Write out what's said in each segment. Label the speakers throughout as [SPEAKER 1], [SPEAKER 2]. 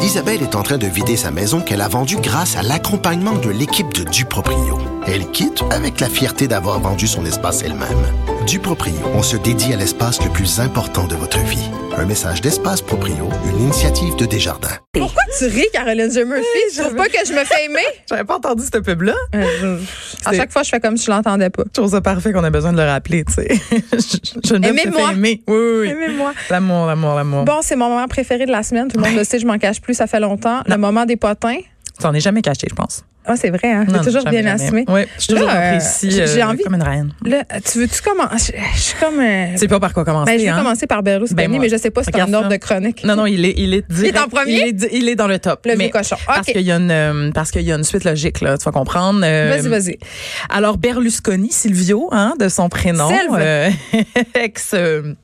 [SPEAKER 1] Isabelle est en train de vider sa maison qu'elle a vendue grâce à l'accompagnement de l'équipe de Duproprio. Elle quitte avec la fierté d'avoir vendu son espace elle-même. Duproprio, on se dédie à l'espace le plus important de votre vie. Un message d'Espace Proprio, une initiative de Desjardins.
[SPEAKER 2] Pourquoi tu ris, Caroline Dieu
[SPEAKER 3] Euh,
[SPEAKER 2] Murphy? je trouve pas que je me fais aimer.
[SPEAKER 3] J'avais pas entendu ce pub-là.
[SPEAKER 2] Euh, je- À
[SPEAKER 3] C'est-
[SPEAKER 2] chaque fois, je fais comme si je l'entendais pas.
[SPEAKER 3] Chose parfaite qu'on a besoin de le rappeler, tu sais. Je- je ne me fais
[SPEAKER 2] Aimez-moi.
[SPEAKER 3] pas aimer. Oui, oui, oui.
[SPEAKER 2] Aimez-moi.
[SPEAKER 3] L'amour, l'amour, l'amour.
[SPEAKER 2] Bon, c'est mon moment préféré de la semaine. Tout le monde le sait, je m'en cache plus, ça fait longtemps. Le moment des potins.
[SPEAKER 3] Tu t'en es jamais caché, je pense.
[SPEAKER 2] Ah, c'est vrai, hein? J'ai
[SPEAKER 3] Non,
[SPEAKER 2] toujours
[SPEAKER 3] jamais,
[SPEAKER 2] bien
[SPEAKER 3] jamais. Mm.
[SPEAKER 2] assumé.
[SPEAKER 3] Oui, je suis toujours
[SPEAKER 2] Là, euh,
[SPEAKER 3] rentrée ici
[SPEAKER 2] j'ai- j'ai
[SPEAKER 3] euh,
[SPEAKER 2] envie-
[SPEAKER 3] comme une reine.
[SPEAKER 2] Là, tu veux-tu commencer? Je, je suis comme. euh,
[SPEAKER 3] Tu sais pas par quoi commencer,
[SPEAKER 2] ben, je vais
[SPEAKER 3] hein?
[SPEAKER 2] commencer par Berlou
[SPEAKER 3] Ben, moi.
[SPEAKER 2] mais je sais pas si c'est
[SPEAKER 3] Regarde
[SPEAKER 2] en ordre
[SPEAKER 3] ça.
[SPEAKER 2] de chronique.
[SPEAKER 3] Non, non, il est, il est direct-
[SPEAKER 2] en premier?
[SPEAKER 3] Il est, di- il est dans le top.
[SPEAKER 2] Le
[SPEAKER 3] Mais
[SPEAKER 2] vieux cochon.
[SPEAKER 3] Parce
[SPEAKER 2] OK.
[SPEAKER 3] qu'il y a une, euh, parce qu'il y a une suite logique, là. Tu vas comprendre. euh,
[SPEAKER 2] Vas-y, vas-y.
[SPEAKER 3] Alors, Berlusconi, Silvio, hein, de son prénom.
[SPEAKER 2] Silve.
[SPEAKER 3] euh, ex, euh,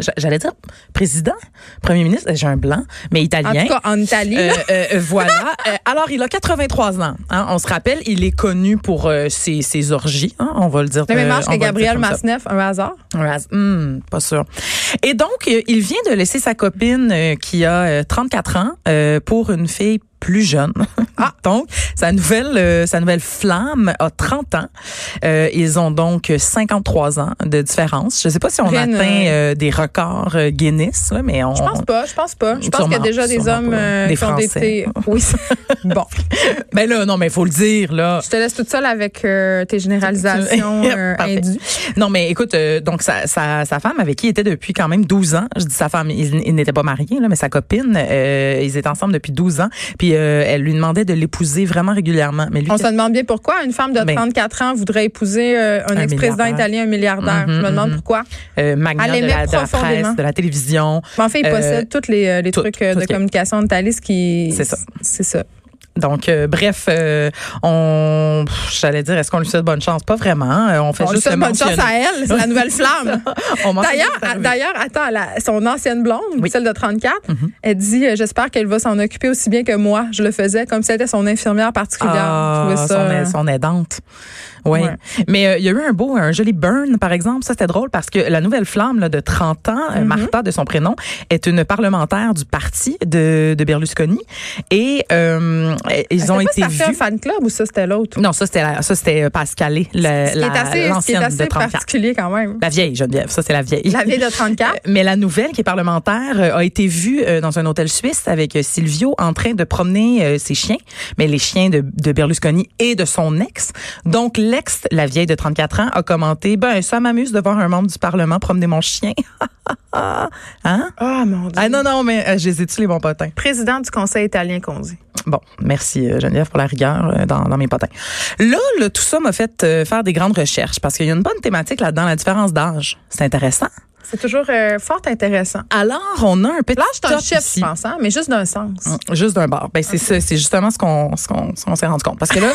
[SPEAKER 3] j'a- j'allais dire président, premier ministre, j'ai un blanc, mais
[SPEAKER 2] En
[SPEAKER 3] italien.
[SPEAKER 2] tout cas, en Italie.
[SPEAKER 3] Euh,
[SPEAKER 2] là.
[SPEAKER 3] euh, euh, voilà. Euh, alors, il a 83 ans. hein. on se rappelle, il est connu pour euh, ses, ses orgies. hein, on va le dire.
[SPEAKER 2] Le même
[SPEAKER 3] euh,
[SPEAKER 2] âge que
[SPEAKER 3] on va le dire
[SPEAKER 2] Gabriel
[SPEAKER 3] comme ça.
[SPEAKER 2] Masneff, un hasard.
[SPEAKER 3] Raz- hmm, pas sûr. Et donc, euh, il vient de laisser sa copine euh, qui a euh, 34 ans euh, pour une fille plus jeune. Ah. donc, sa nouvelle, euh, sa nouvelle flamme a 30 ans. Euh, ils ont donc 53 ans de différence. Je sais pas si on
[SPEAKER 2] Reine,
[SPEAKER 3] atteint
[SPEAKER 2] euh,
[SPEAKER 3] euh, des records euh, Guinness, là, mais on...
[SPEAKER 2] Je pense pas, je pense pas. Je pense qu'il y a
[SPEAKER 3] Sûrement,
[SPEAKER 2] déjà des
[SPEAKER 3] sûrement
[SPEAKER 2] hommes
[SPEAKER 3] pas.
[SPEAKER 2] euh,
[SPEAKER 3] Des
[SPEAKER 2] qui ont
[SPEAKER 3] Français.
[SPEAKER 2] été. Oui. bon.
[SPEAKER 3] Ben là, non, mais faut le dire, là.
[SPEAKER 2] Je te laisse toute seule avec euh, tes généralisations euh,
[SPEAKER 3] Parfait.
[SPEAKER 2] indues.
[SPEAKER 3] Non, mais écoute, euh, donc sa, sa, sa femme avec qui il était depuis quand même 12 ans, je dis sa femme, il, il n'était pas marié, là, mais sa copine, euh, ils étaient ensemble depuis 12 ans, puis euh, elle lui demandait de l'épouser vraiment régulièrement. Mais lui,
[SPEAKER 2] On se demande bien pourquoi une femme de
[SPEAKER 3] Ben.
[SPEAKER 2] 34 ans voudrait épouser euh, un,
[SPEAKER 3] Un
[SPEAKER 2] ex-président
[SPEAKER 3] milliardaire.
[SPEAKER 2] italien, un milliardaire.
[SPEAKER 3] Mhm,
[SPEAKER 2] Je me demande
[SPEAKER 3] mhm.
[SPEAKER 2] pourquoi.
[SPEAKER 3] euh, magnat
[SPEAKER 2] elle
[SPEAKER 3] de
[SPEAKER 2] aimait
[SPEAKER 3] la, de la
[SPEAKER 2] profondément.
[SPEAKER 3] presse, de la télévision.
[SPEAKER 2] Mais en fait, il
[SPEAKER 3] Euh,
[SPEAKER 2] possède tous les, euh, les
[SPEAKER 3] tout,
[SPEAKER 2] trucs euh,
[SPEAKER 3] tout
[SPEAKER 2] de
[SPEAKER 3] ce qu'il y a.
[SPEAKER 2] communication de Thalys qui.
[SPEAKER 3] C'est ça.
[SPEAKER 2] C'est ça.
[SPEAKER 3] Donc, euh, bref, euh, on, pff, j'allais dire, est-ce qu'on lui souhaite bonne chance? Pas vraiment. euh, on fait
[SPEAKER 2] On lui
[SPEAKER 3] juste
[SPEAKER 2] souhaite
[SPEAKER 3] le
[SPEAKER 2] bonne chance à
[SPEAKER 3] mentionner.
[SPEAKER 2] elle. C'est la nouvelle flamme.
[SPEAKER 3] On mentionne
[SPEAKER 2] D'ailleurs,
[SPEAKER 3] juste sa
[SPEAKER 2] à-
[SPEAKER 3] revue.
[SPEAKER 2] d'ailleurs, attends, la- son ancienne blonde,
[SPEAKER 3] Oui. Mm-hmm.
[SPEAKER 2] celle de 34, elle dit euh, J'espère qu'elle va s'en occuper aussi bien que moi. Je le faisais comme si elle était son infirmière particulière.
[SPEAKER 3] Ah,
[SPEAKER 2] Je trouvais ça,
[SPEAKER 3] son,
[SPEAKER 2] euh,
[SPEAKER 3] aid- son aidante. Oui.
[SPEAKER 2] Ouais.
[SPEAKER 3] Mais euh, il y a eu un beau, un joli burn, par exemple. Ça, c'était drôle parce que la nouvelle flamme là, de 30 ans,
[SPEAKER 2] Mm-hmm.
[SPEAKER 3] euh, Martha, de son prénom, est une parlementaire du parti de, de Berlusconi. Et euh, ils
[SPEAKER 2] je sais
[SPEAKER 3] ont
[SPEAKER 2] Ah, pas si
[SPEAKER 3] été
[SPEAKER 2] ça fait un
[SPEAKER 3] vus.
[SPEAKER 2] fan club ou ça, c'était l'autre.
[SPEAKER 3] Non, ça, c'était la- ça, c'était euh, Pascalé,
[SPEAKER 2] Ce qui est assez, ce qui est
[SPEAKER 3] l'ancienne de
[SPEAKER 2] assez
[SPEAKER 3] 34.
[SPEAKER 2] particulier quand même.
[SPEAKER 3] La vieille, Geneviève. Ça, c'est la vieille.
[SPEAKER 2] La vieille de 34.
[SPEAKER 3] Mais la nouvelle qui est parlementaire euh, a été vue euh, dans un hôtel suisse avec euh, Silvio en train de promener euh, ses chiens, mais les chiens de, de Berlusconi et de son ex. Donc l'ex, la vieille de 34 ans, a commenté "Ben ça m'amuse de voir un membre du Parlement promener mon chien." hein
[SPEAKER 2] Ah, mon Dieu.
[SPEAKER 3] Ah non non, mais euh, je les ai-tu, les bons potins.
[SPEAKER 2] Président du Conseil italien qu'on dit.
[SPEAKER 3] Bon, merci euh, Geneviève pour la rigueur euh, dans, dans mes potins. Là, là, tout ça m'a fait euh, faire des grandes recherches parce qu'il y a une bonne thématique là-dedans, la différence d'âge. C'est intéressant.
[SPEAKER 2] C'est toujours euh, fort intéressant.
[SPEAKER 3] Alors, on a un petit
[SPEAKER 2] Là, je suis un
[SPEAKER 3] top
[SPEAKER 2] chef,
[SPEAKER 3] ici.
[SPEAKER 2] je pense, hein, mais juste d'un sens.
[SPEAKER 3] Juste d'un bar. Ben, c'est ça, c'est justement ce qu'on ce qu'on ce qu'on s'est rendu compte. Parce que là,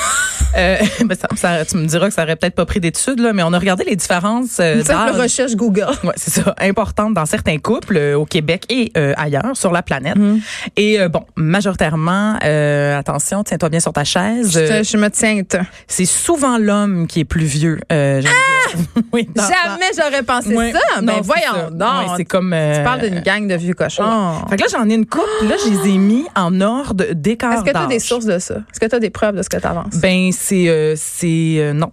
[SPEAKER 3] euh, ben, ça- ça- tu me diras que ça aurait peut-être pas pris d'études, là, mais on a regardé les différences euh,
[SPEAKER 2] Une simple
[SPEAKER 3] d'âge.
[SPEAKER 2] recherche Google.
[SPEAKER 3] Ouais, c'est ça, importante dans certains couples euh, au Québec et euh, ailleurs sur la planète.
[SPEAKER 2] Mm.
[SPEAKER 3] Et euh, bon, majoritairement, euh, attention, tiens-toi bien sur ta chaise. euh,
[SPEAKER 2] Je, je me tiens. teint.
[SPEAKER 3] c'est souvent l'homme qui est plus vieux. euh, Geneviève. Oui, dans-
[SPEAKER 2] Ah! Jamais j'aurais pensé
[SPEAKER 3] Ouais.
[SPEAKER 2] ça. Mais
[SPEAKER 3] Non, c'est ça.
[SPEAKER 2] voyons donc.
[SPEAKER 3] Ouais, c'est comme. euh, oh,
[SPEAKER 2] Tu parles d'une gang de vieux cochons.
[SPEAKER 3] Fait que là, j'en ai une couple. Là, je les ai mis en ordre d'écart
[SPEAKER 2] Est-ce que tu as des
[SPEAKER 3] d'âge.
[SPEAKER 2] sources de ça? Est-ce que tu as des preuves de ce que tu avances?
[SPEAKER 3] Ben c'est euh, c'est euh, non.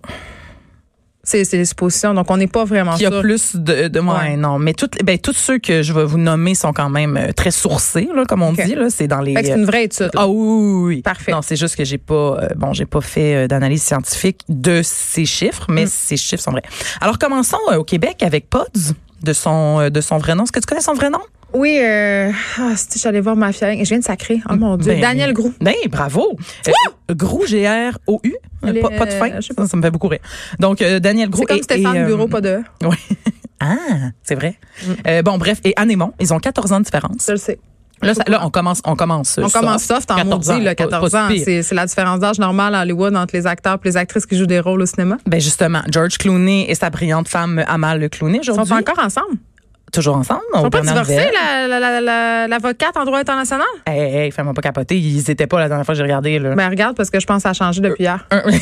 [SPEAKER 2] C'est c'est des suppositions, donc on n'est pas vraiment
[SPEAKER 3] Il y a
[SPEAKER 2] sûr.
[SPEAKER 3] plus de, de ouais,
[SPEAKER 2] Ouais.
[SPEAKER 3] non, mais toutes ben tous ceux que je vais vous nommer sont quand même euh, très sourcés là comme on
[SPEAKER 2] Ok.
[SPEAKER 3] dit là, c'est dans les
[SPEAKER 2] Fait que c'est une vraie étude. là.
[SPEAKER 3] ah oui, oui, oui.
[SPEAKER 2] Parfait.
[SPEAKER 3] Non, c'est juste que j'ai pas, euh, bon, j'ai pas fait euh, d'analyse scientifique de ces chiffres,
[SPEAKER 2] Mm.
[SPEAKER 3] mais ces chiffres sont vrais. Alors commençons euh, au Québec avec Pods de son euh, de son vrai nom. Est-ce que tu connais son vrai nom
[SPEAKER 2] Oui, euh, ah, c'est- j'allais voir ma fille. Je viens de sacrer. Oh mon Dieu.
[SPEAKER 3] Ben,
[SPEAKER 2] Daniel Grou.
[SPEAKER 3] Ben, bravo. Euh, Grou G R O U.
[SPEAKER 2] Elle est,
[SPEAKER 3] Pas, pas de fin.
[SPEAKER 2] euh, je sais
[SPEAKER 3] Ça, ça me fait beaucoup rire. Donc euh, Daniel Grou.
[SPEAKER 2] C'est comme Stéphane Bureau, pas de.
[SPEAKER 3] Oui. Ah, c'est vrai.
[SPEAKER 2] Mm.
[SPEAKER 3] Euh, bon, bref, et Anémon, ils ont 14 ans de différence.
[SPEAKER 2] Je le sais.
[SPEAKER 3] Là, ça- là on commence, on commence.
[SPEAKER 2] On
[SPEAKER 3] soft.
[SPEAKER 2] commence soft en
[SPEAKER 3] 14 ans,
[SPEAKER 2] maudit, là,
[SPEAKER 3] pas-
[SPEAKER 2] 14
[SPEAKER 3] pas
[SPEAKER 2] ans.
[SPEAKER 3] si pire.
[SPEAKER 2] C'est c'est la différence d'âge normale à Hollywood entre les acteurs et les actrices qui jouent des rôles au cinéma.
[SPEAKER 3] Ben justement, George Clooney et sa brillante femme Amal Clooney
[SPEAKER 2] Ils
[SPEAKER 3] aujourd'hui
[SPEAKER 2] sont encore ensemble.
[SPEAKER 3] toujours ensemble.
[SPEAKER 2] Ils
[SPEAKER 3] au
[SPEAKER 2] sont pas
[SPEAKER 3] Bernard
[SPEAKER 2] divorcés,
[SPEAKER 3] Veil.
[SPEAKER 2] la- la- la- la- l'avocate en droit international?
[SPEAKER 3] Hey, hey, fais-moi pas capoter, ils étaient pas la dernière fois que j'ai regardé là. Euh,
[SPEAKER 2] Ben regarde, parce que je pense que ça a changé depuis hier.
[SPEAKER 3] Un-
[SPEAKER 2] En tout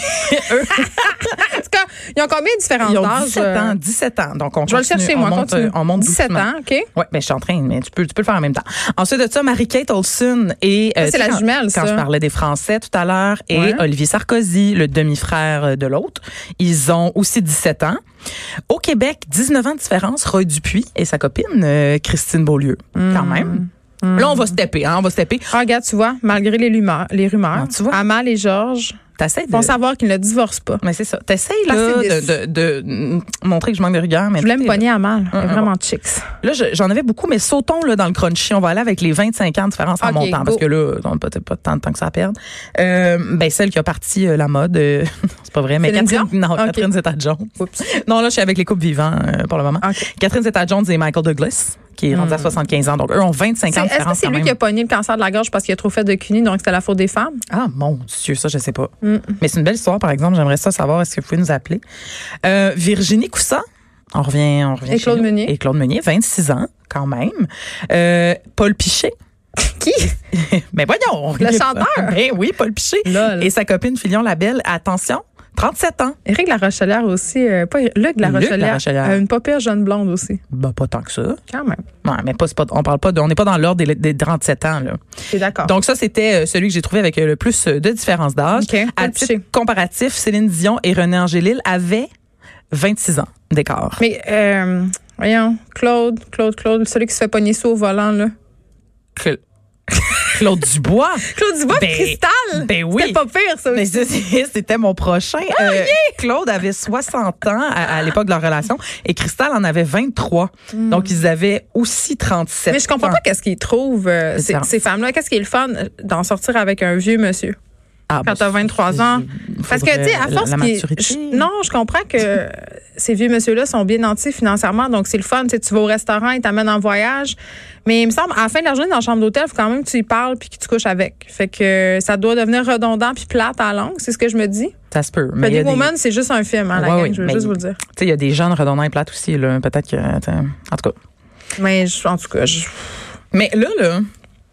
[SPEAKER 2] cas, Ils ont combien de différents
[SPEAKER 3] Ils ont
[SPEAKER 2] âges?
[SPEAKER 3] 17
[SPEAKER 2] euh,
[SPEAKER 3] ans, 17 ans. Donc, on
[SPEAKER 2] Je vais le
[SPEAKER 3] continue,
[SPEAKER 2] chercher,
[SPEAKER 3] on
[SPEAKER 2] moi.
[SPEAKER 3] monte,
[SPEAKER 2] continue.
[SPEAKER 3] euh, on monte
[SPEAKER 2] 17
[SPEAKER 3] doucement.
[SPEAKER 2] ans, OK?
[SPEAKER 3] Oui, ben, je suis en train, mais tu peux, tu peux le faire en même temps. Ensuite de ça, Marie-Kate Olson et... euh,
[SPEAKER 2] Ça, c'est
[SPEAKER 3] tu sais,
[SPEAKER 2] la
[SPEAKER 3] quand-
[SPEAKER 2] jumelle,
[SPEAKER 3] Quand
[SPEAKER 2] ça.
[SPEAKER 3] je parlais des Français tout à l'heure, et
[SPEAKER 2] Ouais.
[SPEAKER 3] Olivier Sarkozy, le demi-frère euh, de l'autre, ils ont aussi 17 ans. Au Québec, 19 ans de différence, Roy Dupuis et sa copine euh, Christine Beaulieu, quand
[SPEAKER 2] Hmm.
[SPEAKER 3] même. Là, on va se taper, hein, on va se taper.
[SPEAKER 2] Ah, regarde, tu vois, malgré les rumeurs, les rumeurs
[SPEAKER 3] Ah, tu vois. Euh.
[SPEAKER 2] Amal et Georges
[SPEAKER 3] T'essayes de...
[SPEAKER 2] vont savoir qu'ils ne divorcent pas.
[SPEAKER 3] Mais c'est ça. T'essayes, là,
[SPEAKER 2] Placez
[SPEAKER 3] de,
[SPEAKER 2] des-
[SPEAKER 3] de- de, mm, montrer que je manque de rigueur. Mais
[SPEAKER 2] Je voulais
[SPEAKER 3] tout
[SPEAKER 2] me
[SPEAKER 3] est
[SPEAKER 2] pogner Amal. Elle est
[SPEAKER 3] Hum, hum,
[SPEAKER 2] vraiment chicks.
[SPEAKER 3] Là, je- j'en avais beaucoup, mais sautons là, dans le crunchy. On va aller avec les 25 ans de différence en
[SPEAKER 2] Ok,
[SPEAKER 3] montant,
[SPEAKER 2] go.
[SPEAKER 3] parce que là, on n'a pas, t'as pas tant de temps que ça à perdre. Euh, ben, celle qui a parti euh, la mode, euh, c'est pas vrai, mais
[SPEAKER 2] Céline
[SPEAKER 3] Catherine,
[SPEAKER 2] Dion?
[SPEAKER 3] non,
[SPEAKER 2] Ok.
[SPEAKER 3] Catherine Zeta-Jones.
[SPEAKER 2] Oups.
[SPEAKER 3] Non, là, je suis avec les couples vivants euh, pour le moment.
[SPEAKER 2] Ok. Hmm.
[SPEAKER 3] Catherine Zeta-Jones et Michael Douglas, qui est rendu à 75 ans. Donc, eux ont 25
[SPEAKER 2] C'est-
[SPEAKER 3] ans de
[SPEAKER 2] Est-ce que
[SPEAKER 3] différence
[SPEAKER 2] c'est
[SPEAKER 3] quand
[SPEAKER 2] lui
[SPEAKER 3] même.
[SPEAKER 2] qui a pogné le cancer de la gorge parce qu'il a trop fait de cunis, donc c'était la faute des femmes?
[SPEAKER 3] Ah, mon Dieu, ça, je sais pas.
[SPEAKER 2] Hmm.
[SPEAKER 3] Mais c'est une belle histoire, par exemple. J'aimerais ça savoir. Est-ce que vous pouvez nous appeler? Euh, Virginie Coussa. On revient, on revient
[SPEAKER 2] Et
[SPEAKER 3] chez
[SPEAKER 2] Claude
[SPEAKER 3] nous.
[SPEAKER 2] Meunier.
[SPEAKER 3] Et Claude Meunier, 26 ans, quand même. Euh, Paul Piché.
[SPEAKER 2] Qui?
[SPEAKER 3] Mais voyons. on
[SPEAKER 2] Le
[SPEAKER 3] rit pas.
[SPEAKER 2] chanteur.
[SPEAKER 3] Ben oui, Paul Piché.
[SPEAKER 2] Lol.
[SPEAKER 3] Et sa copine Filion Labelle. Attention, 37 ans.
[SPEAKER 2] Éric La Rochelière aussi. euh, pas, Luc La
[SPEAKER 3] Luc
[SPEAKER 2] Rochelière.
[SPEAKER 3] Larochelière.
[SPEAKER 2] Euh, une pas pire jeune blonde aussi.
[SPEAKER 3] Ben, pas tant que ça.
[SPEAKER 2] Quand même.
[SPEAKER 3] Non, mais pas, c'est pas- on parle pas de, on n'est pas dans l'ordre des, des 37 ans, là.
[SPEAKER 2] T'es d'accord.
[SPEAKER 3] Donc ça, c'était euh, celui que j'ai trouvé avec euh, le plus euh, de différence d'âge.
[SPEAKER 2] OK.
[SPEAKER 3] À
[SPEAKER 2] Paul
[SPEAKER 3] titre
[SPEAKER 2] Piché.
[SPEAKER 3] comparatif, Céline Dion et René Angélil avaient 26 ans d'écart.
[SPEAKER 2] Mais, euh, voyons, Claude, Claude, Claude, celui qui se fait pogner sous au volant, là.
[SPEAKER 3] Cla- Claude Dubois.
[SPEAKER 2] Claude Dubois,
[SPEAKER 3] Ben,
[SPEAKER 2] Cristal!
[SPEAKER 3] ben oui.
[SPEAKER 2] C'était pas pire, ça
[SPEAKER 3] Mais
[SPEAKER 2] aussi.
[SPEAKER 3] ça, c'est- c'était mon prochain.
[SPEAKER 2] Ah,
[SPEAKER 3] Euh, Claude avait 60 ans à, à l'époque de leur relation et Cristal en avait 23. Donc, ils avaient aussi 37
[SPEAKER 2] Hmm. Mais je comprends
[SPEAKER 3] ans.
[SPEAKER 2] pas qu'est-ce qu'ils trouvent, euh,
[SPEAKER 3] C'est
[SPEAKER 2] ces,
[SPEAKER 3] ça.
[SPEAKER 2] ces femmes-là. Qu'est-ce qui est le fun euh, d'en sortir avec un vieux monsieur
[SPEAKER 3] Ah,
[SPEAKER 2] quand
[SPEAKER 3] bon,
[SPEAKER 2] t'as 23 ans? Parce que,
[SPEAKER 3] faudrait
[SPEAKER 2] tu sais, à
[SPEAKER 3] la-
[SPEAKER 2] force
[SPEAKER 3] la
[SPEAKER 2] qu'ils-
[SPEAKER 3] maturité.
[SPEAKER 2] je- Non, je comprends que ces vieux monsieur-là sont bien nantis financièrement, donc c'est le fun. Tu sais, tu vas au restaurant, ils t'amènent en voyage. Mais il me semble, à la fin de la journée, dans la chambre d'hôtel, faut quand même que tu y parles puis que tu couches avec. Fait que ça doit devenir redondant puis plate à la longue, c'est ce que je me dis.
[SPEAKER 3] ça se peut. Mais il y
[SPEAKER 2] Pretty
[SPEAKER 3] a des-
[SPEAKER 2] Woman, c'est juste un film, hein, la
[SPEAKER 3] Ouais,
[SPEAKER 2] gang,
[SPEAKER 3] oui,
[SPEAKER 2] je veux
[SPEAKER 3] mais-
[SPEAKER 2] juste vous le dire.
[SPEAKER 3] tu sais, il y a des jeunes redondants et plates aussi, là. Peut-être que, tu sais, en tout cas.
[SPEAKER 2] Mais je- en tout cas, je
[SPEAKER 3] Mais là, là,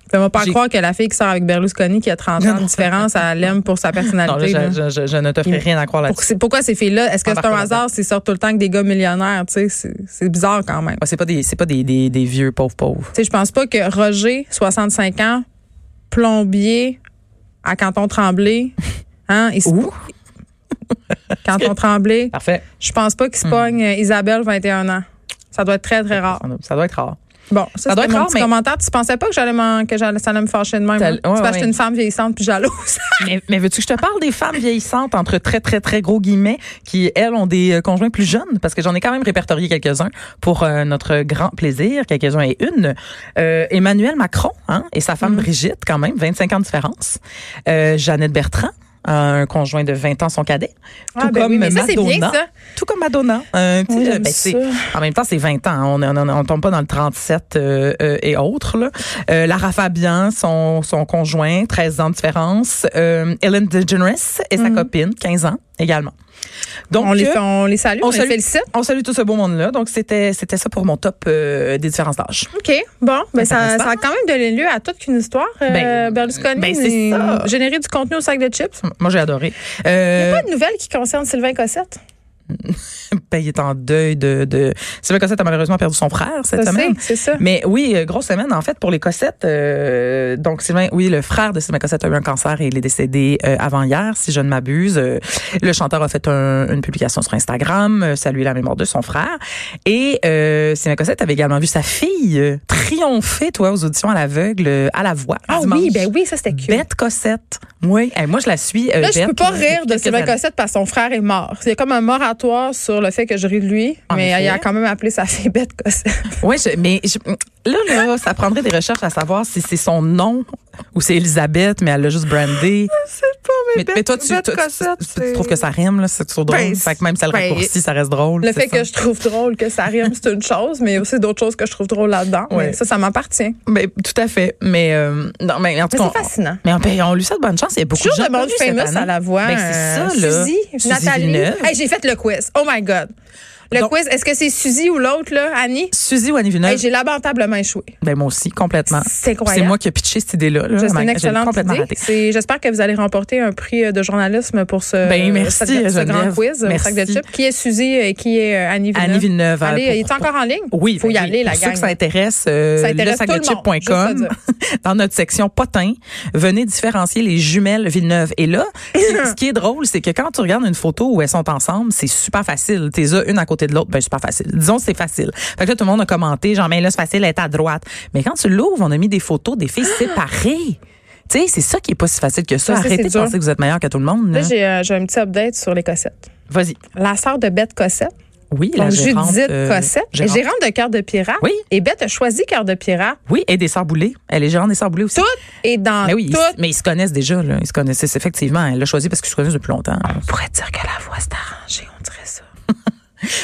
[SPEAKER 2] fais-moi pas
[SPEAKER 3] J'ai-
[SPEAKER 2] croire que la fille qui sort avec Berlusconi, qui a 30 ans de différence, elle l'aime pour sa
[SPEAKER 3] non, là,
[SPEAKER 2] personnalité. là.
[SPEAKER 3] je, je- je- je ne te ferai rien à croire
[SPEAKER 2] Pour-
[SPEAKER 3] là-dessus.
[SPEAKER 2] c'est- pourquoi ces filles-là, est-ce que c'est
[SPEAKER 3] Embarque
[SPEAKER 2] un
[SPEAKER 3] pas là-dedans.
[SPEAKER 2] hasard s'ils sortent tout le temps avec des gars millionnaires? tu sais, C'est c'est bizarre quand même.
[SPEAKER 3] Ouais, c'est pas des, c'est pas des, des, des vieux pauvres pauvres.
[SPEAKER 2] Tu sais, je pense pas que Roger, 65 ans, plombier à Canton Tremblay, hein, il se-
[SPEAKER 3] Où?
[SPEAKER 2] Canton Tremblay,
[SPEAKER 3] Parfait.
[SPEAKER 2] je pense pas qu'il
[SPEAKER 3] Hmm.
[SPEAKER 2] se pogne euh, Isabelle, 21 ans. Ça doit être très, très rare.
[SPEAKER 3] Ça doit être rare.
[SPEAKER 2] Bon, ça,
[SPEAKER 3] doit
[SPEAKER 2] c'était
[SPEAKER 3] être
[SPEAKER 2] mon
[SPEAKER 3] rare,
[SPEAKER 2] petit
[SPEAKER 3] mais-
[SPEAKER 2] commentaire. Tu pensais pas que j'allais m'en- que j'allais- ça allait me fâcher de même?
[SPEAKER 3] Ça-
[SPEAKER 2] hein?
[SPEAKER 3] ouais,
[SPEAKER 2] C'est parce que
[SPEAKER 3] ouais.
[SPEAKER 2] j'étais une femme vieillissante puis jalouse.
[SPEAKER 3] Mais, mais veux-tu que je te parle des femmes vieillissantes entre très très très gros guillemets qui elles ont des euh, conjoints plus jeunes parce que j'en ai quand même répertorié quelques-uns pour euh, notre grand plaisir quelques-uns et une Euh, Emmanuel Macron hein, et sa femme
[SPEAKER 2] Mm.
[SPEAKER 3] Brigitte quand même 25 ans de différence Euh, Jeannette Bertrand un conjoint de 20 ans son cadet tout
[SPEAKER 2] Ah, ben
[SPEAKER 3] comme
[SPEAKER 2] oui, mais ça, c'est
[SPEAKER 3] Madonna
[SPEAKER 2] bien, ça.
[SPEAKER 3] tout comme Madonna un petit
[SPEAKER 2] Oui, j'aime
[SPEAKER 3] euh, ben,
[SPEAKER 2] ça.
[SPEAKER 3] c'est- en même temps c'est 20 ans hein. on, on, on, on tombe pas dans le 37 euh, euh, et autres là. Euh, Lara Fabian son son conjoint 13 ans de différence Euh, Ellen DeGeneres et sa copine 15 ans également donc
[SPEAKER 2] Mm-hmm. on, les,
[SPEAKER 3] euh,
[SPEAKER 2] fait- on les salue, on,
[SPEAKER 3] on
[SPEAKER 2] les
[SPEAKER 3] salue-
[SPEAKER 2] félicite.
[SPEAKER 3] on salue tout ce beau monde là donc c'était c'était ça pour mon top euh, des différences d'âge
[SPEAKER 2] OK. Bon, ben ça,
[SPEAKER 3] Intéressant.
[SPEAKER 2] ça a quand même donné lieu à toute qu'une histoire. euh,
[SPEAKER 3] Ben,
[SPEAKER 2] Berlusconi,
[SPEAKER 3] ben, c'est ça.
[SPEAKER 2] générer du contenu au sac de chips.
[SPEAKER 3] moi j'ai adoré
[SPEAKER 2] Il n'y
[SPEAKER 3] Euh,
[SPEAKER 2] a pas de nouvelles qui concernent Sylvain Cossette.
[SPEAKER 3] ben, il est en deuil de de Sylvain Cossette a malheureusement perdu son frère cette
[SPEAKER 2] Ça, c'est
[SPEAKER 3] semaine
[SPEAKER 2] c'est ça.
[SPEAKER 3] Mais oui, euh, grosse semaine en fait pour les Cossettes. euh, donc Sylvain, oui, le frère de Sylvain Cossette a eu un cancer et il est décédé euh, avant hier, si je ne m'abuse. Euh, le chanteur a fait un- une publication sur Instagram, euh, saluer la mémoire de son frère. Et euh, Sylvain Cossette avait également vu sa fille euh, triompher, toi, aux auditions à l'aveugle, euh, à la voix.
[SPEAKER 2] Ah
[SPEAKER 3] dimanche.
[SPEAKER 2] oui, ben oui, ça c'était cute.
[SPEAKER 3] Bête Cossette. Oui, Eh, moi je la suis. euh,
[SPEAKER 2] Là, je
[SPEAKER 3] Bette,
[SPEAKER 2] peux pas
[SPEAKER 3] depuis
[SPEAKER 2] rire de
[SPEAKER 3] quelques
[SPEAKER 2] Sylvain
[SPEAKER 3] années.
[SPEAKER 2] Cossette parce que son frère est mort. Il y a comme un moratoire sur le fait que je ris de lui,
[SPEAKER 3] En
[SPEAKER 2] mais
[SPEAKER 3] effet.
[SPEAKER 2] il a quand même appelé sa fille Bête Cossette.
[SPEAKER 3] Oui, mais je- là, là, ça prendrait des recherches à savoir si c'est son nom ou c'est Elisabeth, mais elle l'a juste brandé. Je sais pas, mais, mais, toi, tu,
[SPEAKER 2] Beth
[SPEAKER 3] toi, tu-
[SPEAKER 2] Cossette,
[SPEAKER 3] tu- tu
[SPEAKER 2] c'est-
[SPEAKER 3] trouves que ça rime, là, c'est trop drôle.
[SPEAKER 2] Ben,
[SPEAKER 3] fait que même si ça le
[SPEAKER 2] ben,
[SPEAKER 3] raccourcit, ça reste drôle.
[SPEAKER 2] Le
[SPEAKER 3] c'est
[SPEAKER 2] fait
[SPEAKER 3] ça.
[SPEAKER 2] que je trouve drôle que ça rime, c'est une chose, mais il y a aussi d'autres choses que je trouve drôles là-dedans.
[SPEAKER 3] Ouais.
[SPEAKER 2] Mais Ça, ça m'appartient.
[SPEAKER 3] Ben, tout à fait. Mais, euh, non, mais en tout
[SPEAKER 2] Mais
[SPEAKER 3] cas.
[SPEAKER 2] c'est
[SPEAKER 3] on-
[SPEAKER 2] fascinant.
[SPEAKER 3] Mais on, ben, on lui souhaite bonne chance. Il y a beaucoup
[SPEAKER 2] Toujours
[SPEAKER 3] de gens
[SPEAKER 2] de monde
[SPEAKER 3] connus cette
[SPEAKER 2] famous
[SPEAKER 3] année.
[SPEAKER 2] à la voix.
[SPEAKER 3] Ben, c'est ça,
[SPEAKER 2] euh,
[SPEAKER 3] là.
[SPEAKER 2] Suzy,
[SPEAKER 3] Suzy
[SPEAKER 2] Nathalie.
[SPEAKER 3] Villeneuve.
[SPEAKER 2] Hey, j'ai fait le quiz. Oh my God. Le
[SPEAKER 3] Donc-
[SPEAKER 2] quiz, est-ce que c'est Suzy ou l'autre, là, Annie?
[SPEAKER 3] Suzy ou Annie Villeneuve?
[SPEAKER 2] Hey, J'ai lamentablement échoué.
[SPEAKER 3] Ben moi aussi, complètement.
[SPEAKER 2] C'est incroyable.
[SPEAKER 3] C'est moi qui ai pitché cette idée-là. là.
[SPEAKER 2] C'est
[SPEAKER 3] Ma-
[SPEAKER 2] une
[SPEAKER 3] j'ai
[SPEAKER 2] excellente
[SPEAKER 3] complètement
[SPEAKER 2] idée.
[SPEAKER 3] raté.
[SPEAKER 2] C'est- J'espère que vous allez remporter un prix euh, de journalisme pour ce, euh,
[SPEAKER 3] Ben, merci,
[SPEAKER 2] cette- ce,
[SPEAKER 3] Geneviève.
[SPEAKER 2] grand quiz euh, au sac de
[SPEAKER 3] Merci.
[SPEAKER 2] chips. Qui est Suzy et qui est euh, Annie Villeneuve?
[SPEAKER 3] Annie Villeneuve. euh,
[SPEAKER 2] Allez,
[SPEAKER 3] pour-
[SPEAKER 2] il est encore en ligne?
[SPEAKER 3] Oui,
[SPEAKER 2] Faut y
[SPEAKER 3] ben oui.
[SPEAKER 2] aller, la
[SPEAKER 3] Pour ceux
[SPEAKER 2] gang.
[SPEAKER 3] que ça intéresse, euh,
[SPEAKER 2] Ça intéresse
[SPEAKER 3] le
[SPEAKER 2] tout le monde,
[SPEAKER 3] sacdechips.com,
[SPEAKER 2] juste à dire.
[SPEAKER 3] dans notre section potin, venez différencier les jumelles Villeneuve. Et là, ce qui est drôle, c'est que quand tu regardes une photo où elles sont ensemble, c'est super facile. T'es là, une à côté de l'autre, ben super facile. Disons que c'est facile. Fait que là, tout le monde a commenté, genre, mais là, c'est facile, elle est à droite. Mais quand tu l'ouvres, on a mis des photos des filles séparées. Tu sais, c'est ça qui est pas si facile que ça.
[SPEAKER 2] Ça, ça,
[SPEAKER 3] Arrêtez
[SPEAKER 2] c'est
[SPEAKER 3] de
[SPEAKER 2] dur.
[SPEAKER 3] penser que vous êtes meilleur que tout le monde.
[SPEAKER 2] Là,
[SPEAKER 3] là.
[SPEAKER 2] j'ai euh, j'ai un petit update sur les Cossettes.
[SPEAKER 3] Vas-y.
[SPEAKER 2] La sœur de Bette Cossette,
[SPEAKER 3] Oui, la
[SPEAKER 2] donc
[SPEAKER 3] gérante,
[SPEAKER 2] Judith
[SPEAKER 3] euh,
[SPEAKER 2] Cossette,
[SPEAKER 3] gérante.
[SPEAKER 2] gérante de Cœur de Pirate.
[SPEAKER 3] Oui.
[SPEAKER 2] Et Bette a choisi Cœur de Pirate.
[SPEAKER 3] Oui, et des Sarboulés. Elle est gérante des Sarboulés aussi.
[SPEAKER 2] Tout est dans
[SPEAKER 3] Mais Ben oui, ils-
[SPEAKER 2] tout.
[SPEAKER 3] mais ils se connaissent déjà, là. Ils se connaissent, effectivement. Elle l'a choisi parce qu'ils se connaissent depuis longtemps.
[SPEAKER 2] Ah,
[SPEAKER 3] On pourrait dire que la voix s'est arrangée, on dirait ça.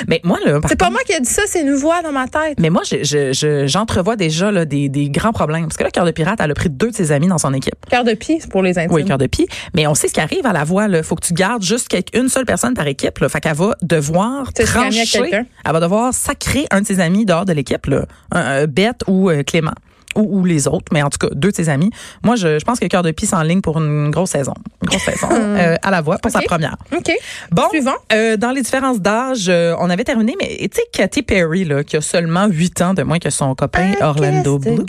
[SPEAKER 3] mais moi, là, par
[SPEAKER 2] C'est pas moi qui ai dit ça, c'est une voix dans ma tête.
[SPEAKER 3] mais moi, je- je- je- j'entrevois déjà là, des, des grands problèmes. Parce que là, Cœur de Pirate, elle a pris deux de ses amis dans son équipe.
[SPEAKER 2] Cœur de Pie, c'est pour les intimes.
[SPEAKER 3] Oui, Cœur de Pie. Mais on sait ce qui arrive à la voix. Il faut que tu gardes juste quelque- une seule personne par équipe. Là. Fait qu'elle va devoir
[SPEAKER 2] Tu sais, si elle aimait
[SPEAKER 3] trancher.
[SPEAKER 2] quelqu'un.
[SPEAKER 3] Elle va devoir sacrer un de ses amis dehors de l'équipe. là. Un- un Bette ou euh, Clément. Ou, ou les autres, mais en tout cas, deux de ses amis. Moi, je, je pense que Cœur de Pie en ligne pour une grosse saison. Une grosse saison euh, à la voix pour
[SPEAKER 2] Ok.
[SPEAKER 3] sa première.
[SPEAKER 2] OK.
[SPEAKER 3] Bon,
[SPEAKER 2] Suivant.
[SPEAKER 3] euh, dans les différences d'âge, euh, on avait terminé, mais tu sais, Katy Perry, là, qui a seulement 8 ans de moins que son copain
[SPEAKER 2] Ah,
[SPEAKER 3] Orlando Bloom.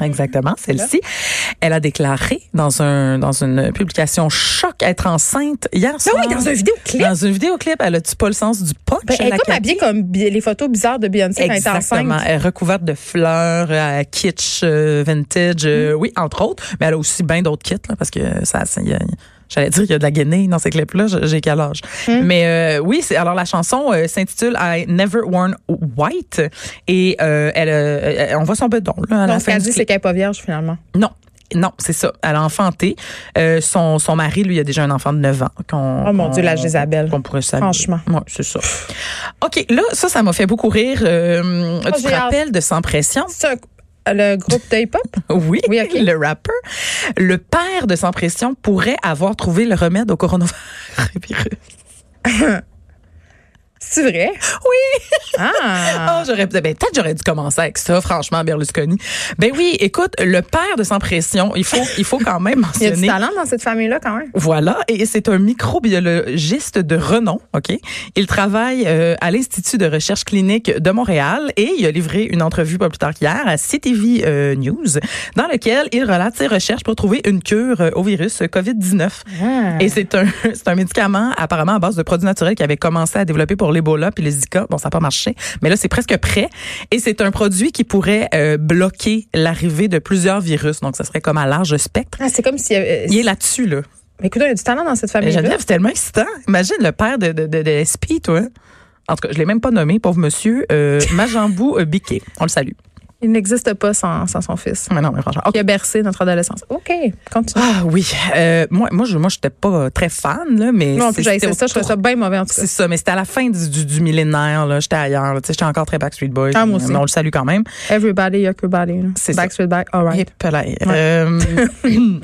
[SPEAKER 3] Exactement, celle-ci. Elle a déclaré dans un dans une publication choc être enceinte hier soir.
[SPEAKER 2] Ah Ben oui, dans un vidéoclip.
[SPEAKER 3] Dans une vidéoclip, elle a-tu pas le sens du punch?
[SPEAKER 2] Ben, elle est
[SPEAKER 3] la
[SPEAKER 2] comme
[SPEAKER 3] Katy?
[SPEAKER 2] habillée comme bi- les photos bizarres de Beyoncé quand elle était
[SPEAKER 3] Exactement.
[SPEAKER 2] enceinte.
[SPEAKER 3] Elle est recouverte de fleurs, euh, kitsch, euh, vintage, euh,
[SPEAKER 2] Mm.
[SPEAKER 3] oui, entre autres. Mais elle a aussi bien d'autres kits, là, parce que ça, ça, il y a- j'allais dire, il y a de la guenille dans ces clips-là. J'ai- J'ai quel âge?
[SPEAKER 2] Mm.
[SPEAKER 3] Mais euh, oui, c'est alors la chanson euh, s'intitule I Never Worn White et euh, elle, euh, euh, on voit son bedon là, à la
[SPEAKER 2] Donc, ce
[SPEAKER 3] fin
[SPEAKER 2] qu'elle
[SPEAKER 3] du
[SPEAKER 2] dit,
[SPEAKER 3] clip.
[SPEAKER 2] c'est qu'elle n'est pas vierge, finalement.
[SPEAKER 3] Non. Non, c'est ça. Elle a enfanté. Euh, son, son mari, lui, a déjà un enfant de 9 ans. qu'on-
[SPEAKER 2] Oh mon
[SPEAKER 3] qu'on-
[SPEAKER 2] Dieu, l'âge des abeilles.
[SPEAKER 3] Qu'on pourrait s'amuser.
[SPEAKER 2] Franchement.
[SPEAKER 3] Oui, c'est ça. OK, là, ça, ça m'a fait beaucoup rire. Euh, tu
[SPEAKER 2] Ah, j'ai
[SPEAKER 3] te
[SPEAKER 2] hâte.
[SPEAKER 3] rappelles de Sans Pression?
[SPEAKER 2] C'est un- le groupe de hip-hop?
[SPEAKER 3] Oui,
[SPEAKER 2] Oui, OK.
[SPEAKER 3] le rappeur. Le père de Sans Pression pourrait avoir trouvé le remède au coronavirus.
[SPEAKER 2] C'est vrai?
[SPEAKER 3] Oui!
[SPEAKER 2] Ah!
[SPEAKER 3] Ah, j'aurais ben, peut-être j'aurais dû commencer avec ça, franchement, Berlusconi. Ben oui, écoute, le père de Sans Pression, il faut, il faut quand même
[SPEAKER 2] Il y a du
[SPEAKER 3] mentionner.
[SPEAKER 2] talent dans cette famille-là, quand même.
[SPEAKER 3] Voilà, et c'est un microbiologiste de renom, OK? Il travaille euh, à l'Institut de recherche clinique de Montréal et il a livré une entrevue pas plus tard qu'hier à CTV euh, News dans lequel il relate ses recherches pour trouver une cure euh, au virus COVID-19. Et c'est un, c'est un médicament apparemment à base de produits naturels qu'il avait commencé à développer pour l'Ebola puis le Zika. Bon, ça n'a pas marché, mais là, c'est presque prêt. Et c'est un produit qui pourrait euh, bloquer l'arrivée de plusieurs virus. Donc, ça serait comme à large spectre.
[SPEAKER 2] Ah, c'est comme s'il y avait.
[SPEAKER 3] Il est là-dessus, là.
[SPEAKER 2] Mais écoute, il y a du talent dans cette
[SPEAKER 3] Mais
[SPEAKER 2] famille-là.
[SPEAKER 3] Geneviève, c'est tellement excitant. Imagine le père de, de, de, de SP, toi. En tout cas, je l'ai même pas nommé, pauvre monsieur. Euh, Majambou euh, Biquet. On le salue.
[SPEAKER 2] Il n'existe pas sans, sans son fils.
[SPEAKER 3] Mais non, mais franchement. OK.
[SPEAKER 2] Qui a bercé notre adolescence. OK, continue.
[SPEAKER 3] Ah oui. Euh, moi, moi, je moi, j'étais pas très fan, là, mais.
[SPEAKER 2] Non,
[SPEAKER 3] c'est-
[SPEAKER 2] plus j'ai essayé
[SPEAKER 3] c'était
[SPEAKER 2] ça, je trouvais ça bien mauvais en tout cas.
[SPEAKER 3] C'est ça, mais c'était à la fin du, du, du millénaire, là. J'étais ailleurs, là. Tu sais, J'étais encore très Backstreet Boys.
[SPEAKER 2] Ah, moi aussi.
[SPEAKER 3] Mais on le salue quand même.
[SPEAKER 2] Everybody, Yokubody. là.
[SPEAKER 3] C'est ça.
[SPEAKER 2] Backstreet Back, all right.
[SPEAKER 3] Hip, là, euh,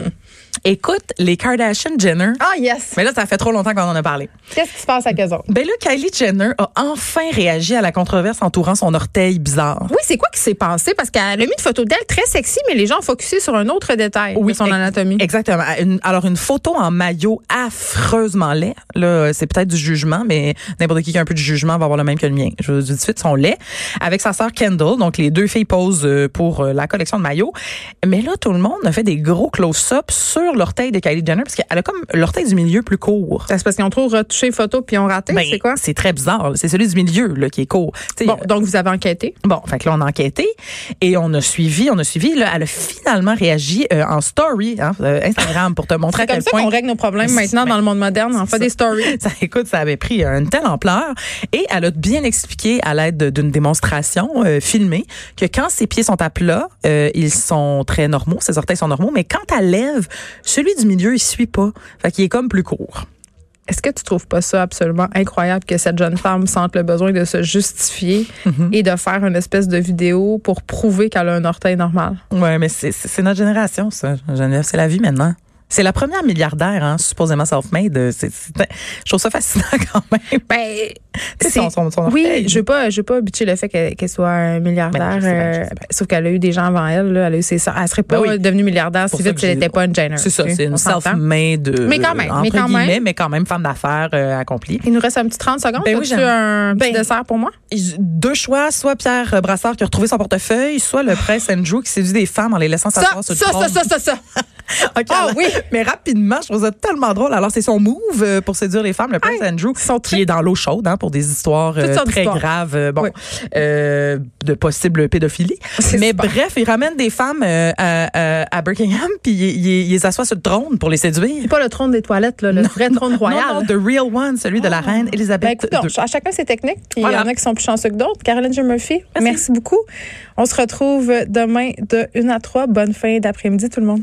[SPEAKER 3] écoute, les Kardashian Jenner.
[SPEAKER 2] Ah, yes!
[SPEAKER 3] Mais là, ça fait trop longtemps qu'on en a parlé.
[SPEAKER 2] Qu'est-ce qui se passe à Kazan?
[SPEAKER 3] Ben là, Kylie Jenner a enfin réagi à la controverse entourant son orteil bizarre.
[SPEAKER 2] Oui, c'est quoi qui s'est passé? Parce qu'elle a mis une photo d'elle très sexy, mais les gens ont focusé sur un autre détail de son
[SPEAKER 3] ex-
[SPEAKER 2] anatomie.
[SPEAKER 3] Exactement. Une- alors, une photo en maillot affreusement laid. Là, c'est peut-être du jugement, mais n'importe qui qui a un peu de jugement va avoir le même que le mien. Je vous dis tout de suite, ils sont laids. Avec sa sœur Kendall, donc les deux filles posent euh, pour euh, la collection de maillots. Mais là, tout le monde a fait des gros close-ups sur l'orteil de Kylie Jenner parce qu'elle a comme l'orteil du milieu plus court.
[SPEAKER 2] Ça, C'est parce qu'ils ont trop retouché les photos puis ils ont raté,
[SPEAKER 3] Ben,
[SPEAKER 2] c'est quoi?
[SPEAKER 3] C'est très bizarre. là. C'est celui du milieu là, qui est court. Tu sais, euh,
[SPEAKER 2] Bon, donc vous avez enquêté.
[SPEAKER 3] Bon, fait que là, on a enquêté et on a suivi, on a suivi. Là, elle a finalement réagi euh, en story, hein, euh, Instagram, pour te montrer à
[SPEAKER 2] C'est comme
[SPEAKER 3] quel
[SPEAKER 2] ça
[SPEAKER 3] point.
[SPEAKER 2] qu'on règle nos problèmes
[SPEAKER 3] Mais-
[SPEAKER 2] maintenant dans le monde moderne. On fait des stories.
[SPEAKER 3] Ça, écoute, ça avait pris une telle ampleur et elle a bien expliqué à l'aide de- d'une démonstration euh, filmée que quand ses pieds sont à plat, euh, ils sont très normaux, ses orteils sont normaux, mais quand elle lève, celui du milieu, il suit pas. Fait qu'il est comme plus court.
[SPEAKER 2] Est-ce que tu trouves pas ça absolument incroyable que cette jeune femme sente le besoin de se justifier
[SPEAKER 3] Mhm.
[SPEAKER 2] et de faire une espèce de vidéo pour prouver qu'elle a un orteil normal?
[SPEAKER 3] Ouais, mais c'est- c'est c'est notre génération, ça. Geneviève, c'est la vie maintenant. C'est la première milliardaire, hein, supposément self-made. Euh, c'est- c'est- je trouve ça fascinant quand même.
[SPEAKER 2] Ben,
[SPEAKER 3] C'est
[SPEAKER 2] c'est-
[SPEAKER 3] son- son- son
[SPEAKER 2] oui,
[SPEAKER 3] orteil.
[SPEAKER 2] je veux pas, je veux pas habituer le fait qu'elle qu'elle soit un
[SPEAKER 3] Ben
[SPEAKER 2] milliardaire.
[SPEAKER 3] non, je sais bien, je sais
[SPEAKER 2] euh,
[SPEAKER 3] bien.
[SPEAKER 2] sauf qu'elle a eu des gens avant elle. Là, elle a eu ses sœurs. Elle serait pas
[SPEAKER 3] Ben oui.
[SPEAKER 2] devenue milliardaire
[SPEAKER 3] Pour
[SPEAKER 2] si
[SPEAKER 3] ça
[SPEAKER 2] vite
[SPEAKER 3] que
[SPEAKER 2] si elle
[SPEAKER 3] j'ai-
[SPEAKER 2] n'était pas une Jenner.
[SPEAKER 3] C'est ça,
[SPEAKER 2] tu sais,
[SPEAKER 3] c'est une
[SPEAKER 2] on s'entend.
[SPEAKER 3] self-made. euh,
[SPEAKER 2] Mais quand même,
[SPEAKER 3] entre
[SPEAKER 2] mais quand
[SPEAKER 3] guillemets,
[SPEAKER 2] même.
[SPEAKER 3] mais quand même femme d'affaires euh, accomplie.
[SPEAKER 2] Il nous reste un petit 30 secondes.
[SPEAKER 3] Ben oui,
[SPEAKER 2] As-tu
[SPEAKER 3] j'aime-
[SPEAKER 2] un petit
[SPEAKER 3] Ben-
[SPEAKER 2] dessert pour moi?
[SPEAKER 3] Ils- Deux choix, soit Pierre euh, Brassard qui a retrouvé son portefeuille, soit le prince Andrew qui séduit des femmes en les laissant
[SPEAKER 2] Ça,
[SPEAKER 3] s'asseoir
[SPEAKER 2] ça,
[SPEAKER 3] sur le
[SPEAKER 2] ça,
[SPEAKER 3] trône.
[SPEAKER 2] ça, ça, ça.
[SPEAKER 3] OK,
[SPEAKER 2] Ah
[SPEAKER 3] alors-
[SPEAKER 2] oui.
[SPEAKER 3] Mais rapidement, je trouve ça tellement drôle. Alors, c'est son move euh, pour séduire les femmes, le prince Andrew,
[SPEAKER 2] ils sont très-
[SPEAKER 3] qui est dans l'eau chaude hein, pour des histoires euh,
[SPEAKER 2] Toutes sortes
[SPEAKER 3] très
[SPEAKER 2] d'histoires.
[SPEAKER 3] graves, euh, bon,
[SPEAKER 2] Oui.
[SPEAKER 3] euh, de possible pédophilie.
[SPEAKER 2] C'est
[SPEAKER 3] Mais
[SPEAKER 2] super.
[SPEAKER 3] bref, il ramène des femmes euh, à, à- à Buckingham, puis il, il- il les assoit sur le trône pour les séduire.
[SPEAKER 2] C'est pas le trône des toilettes, là, le vrai trône royal.
[SPEAKER 3] Non, non, the real one, celui de la reine
[SPEAKER 2] Ben,
[SPEAKER 3] Elisabeth
[SPEAKER 2] écoute, donc,
[SPEAKER 3] II.
[SPEAKER 2] à chacun ses techniques, puis il y
[SPEAKER 3] Voilà.
[SPEAKER 2] en a qui sont plus chanceux que d'autres. Caroline J. Murphy, merci. beaucoup. On se retrouve demain de 1 à 3. Bonne fin d'après-midi, tout le monde.